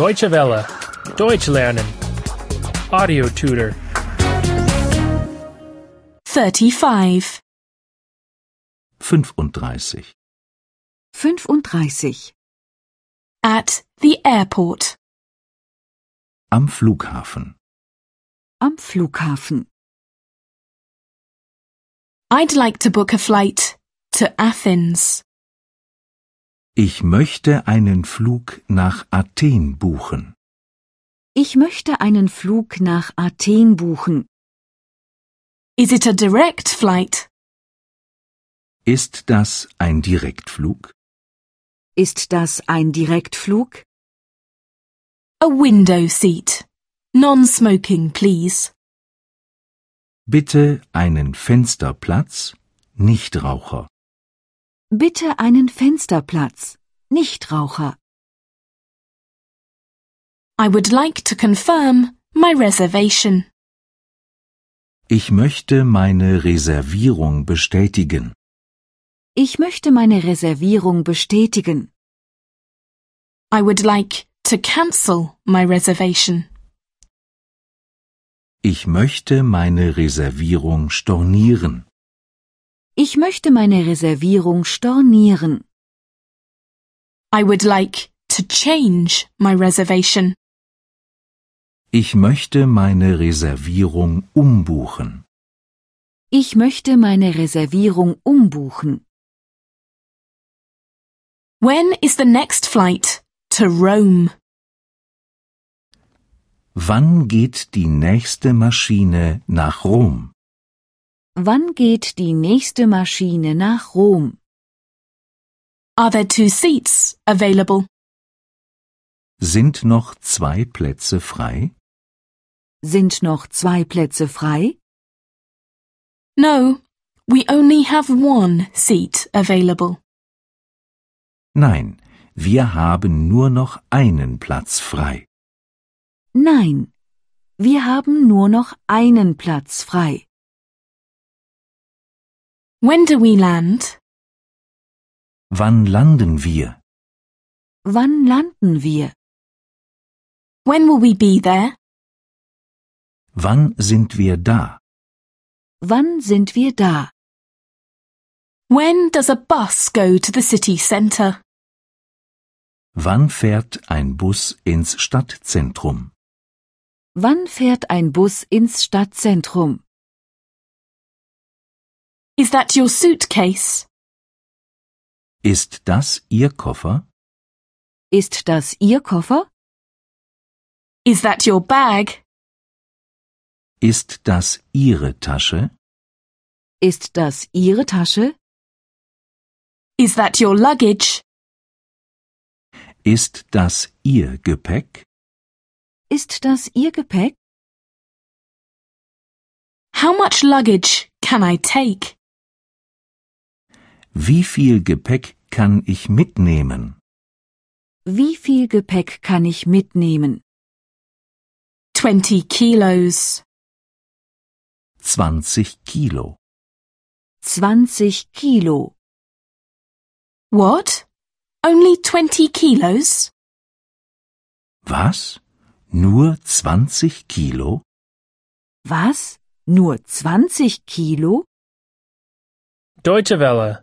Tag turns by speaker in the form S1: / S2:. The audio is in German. S1: Deutsche Welle. Deutsch lernen. Audio tutor.
S2: 35.
S3: 35.
S4: 35.
S2: At the airport.
S3: Am Flughafen.
S4: Am Flughafen.
S2: I'd like to book a flight to Athens.
S3: Ich möchte einen Flug nach Athen buchen.
S4: Ich möchte einen Flug nach Athen buchen.
S2: Is it a direct flight?
S3: Ist das ein Direktflug?
S4: Ist das ein Direktflug?
S2: A window seat. Non-smoking, please.
S3: Bitte einen Fensterplatz, Nichtraucher.
S4: Bitte einen Fensterplatz. Nichtraucher.
S2: I would like to confirm my reservation.
S3: Ich möchte meine Reservierung bestätigen.
S4: Ich möchte meine Reservierung bestätigen.
S2: I would like to cancel my reservation.
S3: Ich möchte meine Reservierung stornieren.
S4: Ich möchte meine Reservierung stornieren.
S2: I would like to change my reservation.
S3: Ich möchte meine Reservierung umbuchen.
S4: Ich möchte meine Reservierung umbuchen.
S2: When is the next flight to Rome?
S3: Wann geht die nächste Maschine nach Rom?
S4: Wann geht die nächste Maschine nach Rom?
S2: Are there two seats available?
S3: Sind noch zwei Plätze frei?
S4: Sind noch zwei Plätze frei?
S2: No, we only have one seat available.
S3: Nein, wir haben nur noch einen Platz frei.
S4: Nein. Wir haben nur noch einen Platz frei.
S2: When do we land?
S3: Wann landen wir?
S4: Wann landen wir?
S2: When will we be there?
S3: Wann sind wir da?
S4: Wann sind wir da?
S2: When does a bus go to the city centre?
S3: Wann fährt ein Bus ins Stadtzentrum?
S4: Wann fährt ein Bus ins Stadtzentrum?
S2: Is that your suitcase?
S3: Ist das Ihr Koffer?
S4: Ist das Ihr Koffer?
S2: Is that your bag?
S3: Ist das Ihre Tasche?
S4: Ist das Ihre Tasche?
S2: Is that your luggage?
S3: Ist das Ihr Gepäck?
S4: Ist das Ihr Gepäck?
S2: How much luggage can I take?
S3: Wie viel Gepäck kann ich mitnehmen?
S4: Wie viel Gepäck kann ich mitnehmen?
S2: 20 kilos.
S3: 20 Kilo.
S4: 20 Kilo.
S2: What? Only 20 kilos?
S3: Was? Nur 20 Kilo?
S4: Was? Nur 20 Kilo?
S1: Deutsche Welle.